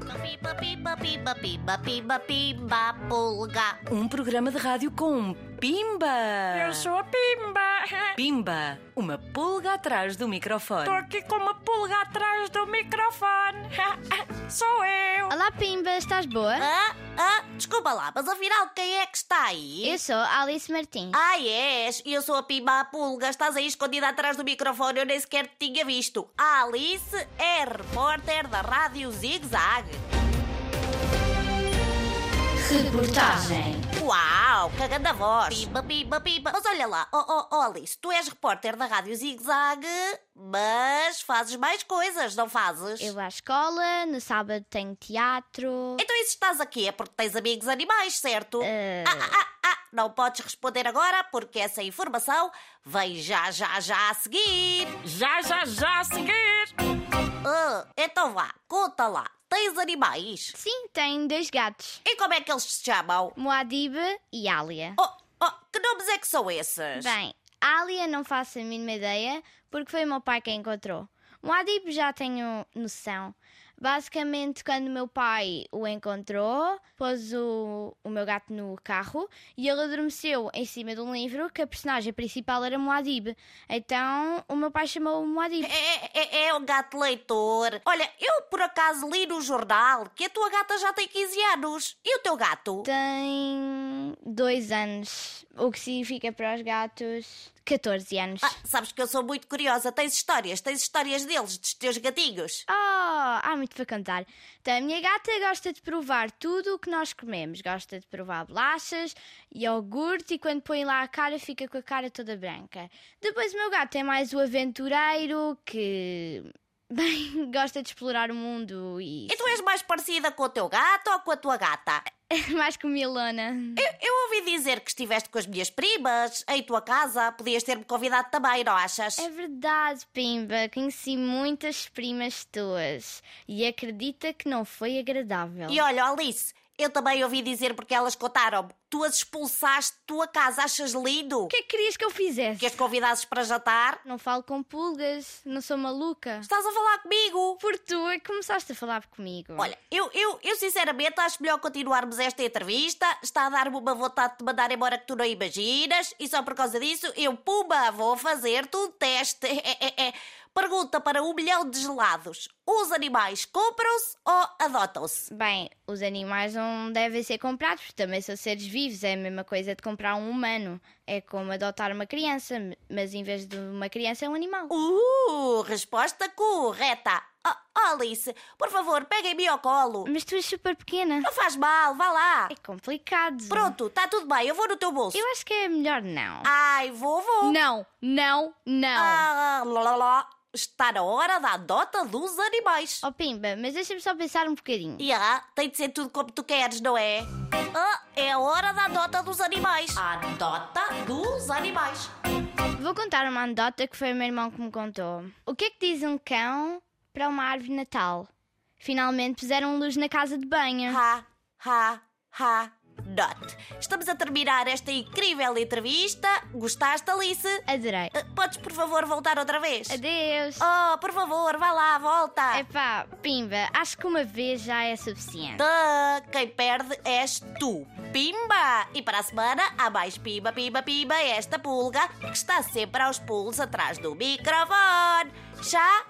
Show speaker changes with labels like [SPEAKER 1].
[SPEAKER 1] Piba, piba, piba, piba, piba, piba, pulga.
[SPEAKER 2] Um programa de rádio com Pimba!
[SPEAKER 3] Eu sou a Pimba.
[SPEAKER 2] Pimba, uma pulga atrás do microfone.
[SPEAKER 3] Tô aqui com uma pulga atrás do microfone. Sou eu.
[SPEAKER 4] Olá Pimba, estás boa?
[SPEAKER 1] Ah, ah, desculpa lá, mas afinal quem é que está aí?
[SPEAKER 4] Eu sou a Alice Martins.
[SPEAKER 1] Ah, és? Eu sou a Pimba a Pulga. Estás aí escondida atrás do microfone, eu nem sequer te tinha visto. A Alice é repórter da Rádio Zig Zag.
[SPEAKER 5] Reportagem.
[SPEAKER 1] Uau, cagando a voz. Pimba, pimba, pimba. Mas olha lá, oh, oh, oh, Alice, tu és repórter da Rádio Zig Zag, mas fazes mais coisas, não fazes?
[SPEAKER 4] Eu vou à escola, no sábado tenho teatro.
[SPEAKER 1] Então isso estás aqui é porque tens amigos animais, certo? Ah, ah, ah, ah, não podes responder agora porque essa informação vem já, já, já a seguir.
[SPEAKER 3] Já, já, já a seguir.
[SPEAKER 1] Ah, então vá, conta lá. Tens animais?
[SPEAKER 4] Sim, tenho dois gatos,
[SPEAKER 1] E como é que eles se chamam?
[SPEAKER 4] Moadib e Alia.
[SPEAKER 1] Oh, oh, que nomes é que são esses?
[SPEAKER 4] Bem, a Alia não faço a mínima ideia porque foi o meu pai quem encontrou. Moadib já tenho noção. Basicamente, quando o meu pai o encontrou, pôs o, o meu gato no carro e ele adormeceu em cima de um livro que a personagem principal era Moadib. Então, o meu pai chamou-o Moadib.
[SPEAKER 1] É, é, é um gato leitor. Olha, eu por acaso li no jornal que a tua gata já tem 15 anos. E o teu gato?
[SPEAKER 4] tem dois anos, o que significa para os gatos 14 anos.
[SPEAKER 1] Ah, sabes que eu sou muito curiosa. Tens histórias, tens histórias deles, dos teus gatinhos.
[SPEAKER 4] Oh, há muito para contar. Então, a minha gata gosta de provar tudo o que nós comemos. Gosta de provar bolachas, iogurte e quando põe lá a cara fica com a cara toda branca. Depois o meu gato é mais o aventureiro que, bem, gosta de explorar o mundo e
[SPEAKER 1] E tu és mais parecida com o teu gato ou com a tua gata?
[SPEAKER 4] mais com Milona.
[SPEAKER 1] Eu, eu ouvi dizer que estiveste com as minhas primas em tua casa. Podias ter-me convidado também, não achas?
[SPEAKER 4] É verdade, Pimba. Conheci muitas primas tuas e acredita que não foi agradável.
[SPEAKER 1] E olha, Alice, eu também ouvi dizer porque elas contaram-me. Tu as expulsaste de tua casa, achas lindo?
[SPEAKER 4] O que é que querias que eu fizesse?
[SPEAKER 1] Que as convidasses para jantar?
[SPEAKER 4] Não falo com pulgas, não sou maluca.
[SPEAKER 1] Estás a falar comigo?
[SPEAKER 4] Por tu é que começaste a falar comigo.
[SPEAKER 1] Olha, eu, eu, eu sinceramente acho melhor continuarmos esta entrevista. Está a dar-me uma vontade de te mandar embora que tu não imaginas. E só por causa disso, eu, pumba, vou fazer-te um teste. É, é, é. Pergunta para um milhão de gelados. Os animais compram-se ou adotam-se?
[SPEAKER 4] Bem, os animais não devem ser comprados, porque também são seres vivos. É a mesma coisa de comprar um humano. É como adotar uma criança, mas em vez de uma criança é um animal.
[SPEAKER 1] Uh, resposta correta. Oh, Alice, por favor, peguem-me ao colo.
[SPEAKER 4] Mas tu és super pequena.
[SPEAKER 1] Não faz mal, vá lá.
[SPEAKER 4] É complicado.
[SPEAKER 1] Pronto, está tudo bem, eu vou no teu bolso.
[SPEAKER 4] Eu acho que é melhor não.
[SPEAKER 1] Ai, vou, vou.
[SPEAKER 4] Não, não, não.
[SPEAKER 1] Ah, lá, lá, lá. Está na hora da dota dos animais.
[SPEAKER 4] Oh Pimba, mas deixa-me só pensar um bocadinho.
[SPEAKER 1] E ah, tem de ser tudo como tu queres, não é? Ah, é a hora da dota dos animais. A dota dos animais.
[SPEAKER 4] Vou contar uma anedota que foi o meu irmão que me contou. O que é que diz um cão para uma árvore de natal? Finalmente puseram luz na casa de banho.
[SPEAKER 1] Ha, ha, ha, dot. Estamos a terminar esta incrível entrevista. Gostaste, Alice?
[SPEAKER 4] Adorei.
[SPEAKER 1] Ah, Podes, por favor, voltar outra vez?
[SPEAKER 4] Adeus. É
[SPEAKER 1] Oh, por favor, vá lá, volta.
[SPEAKER 4] Epá, Pimba, acho que uma vez já é suficiente.
[SPEAKER 1] Tã, Quem perde és tu, Pimba! E para a semana há mais Pimba, Pimba, Pimba, é esta pulga que está sempre aos pulos atrás do microfone. Tchau!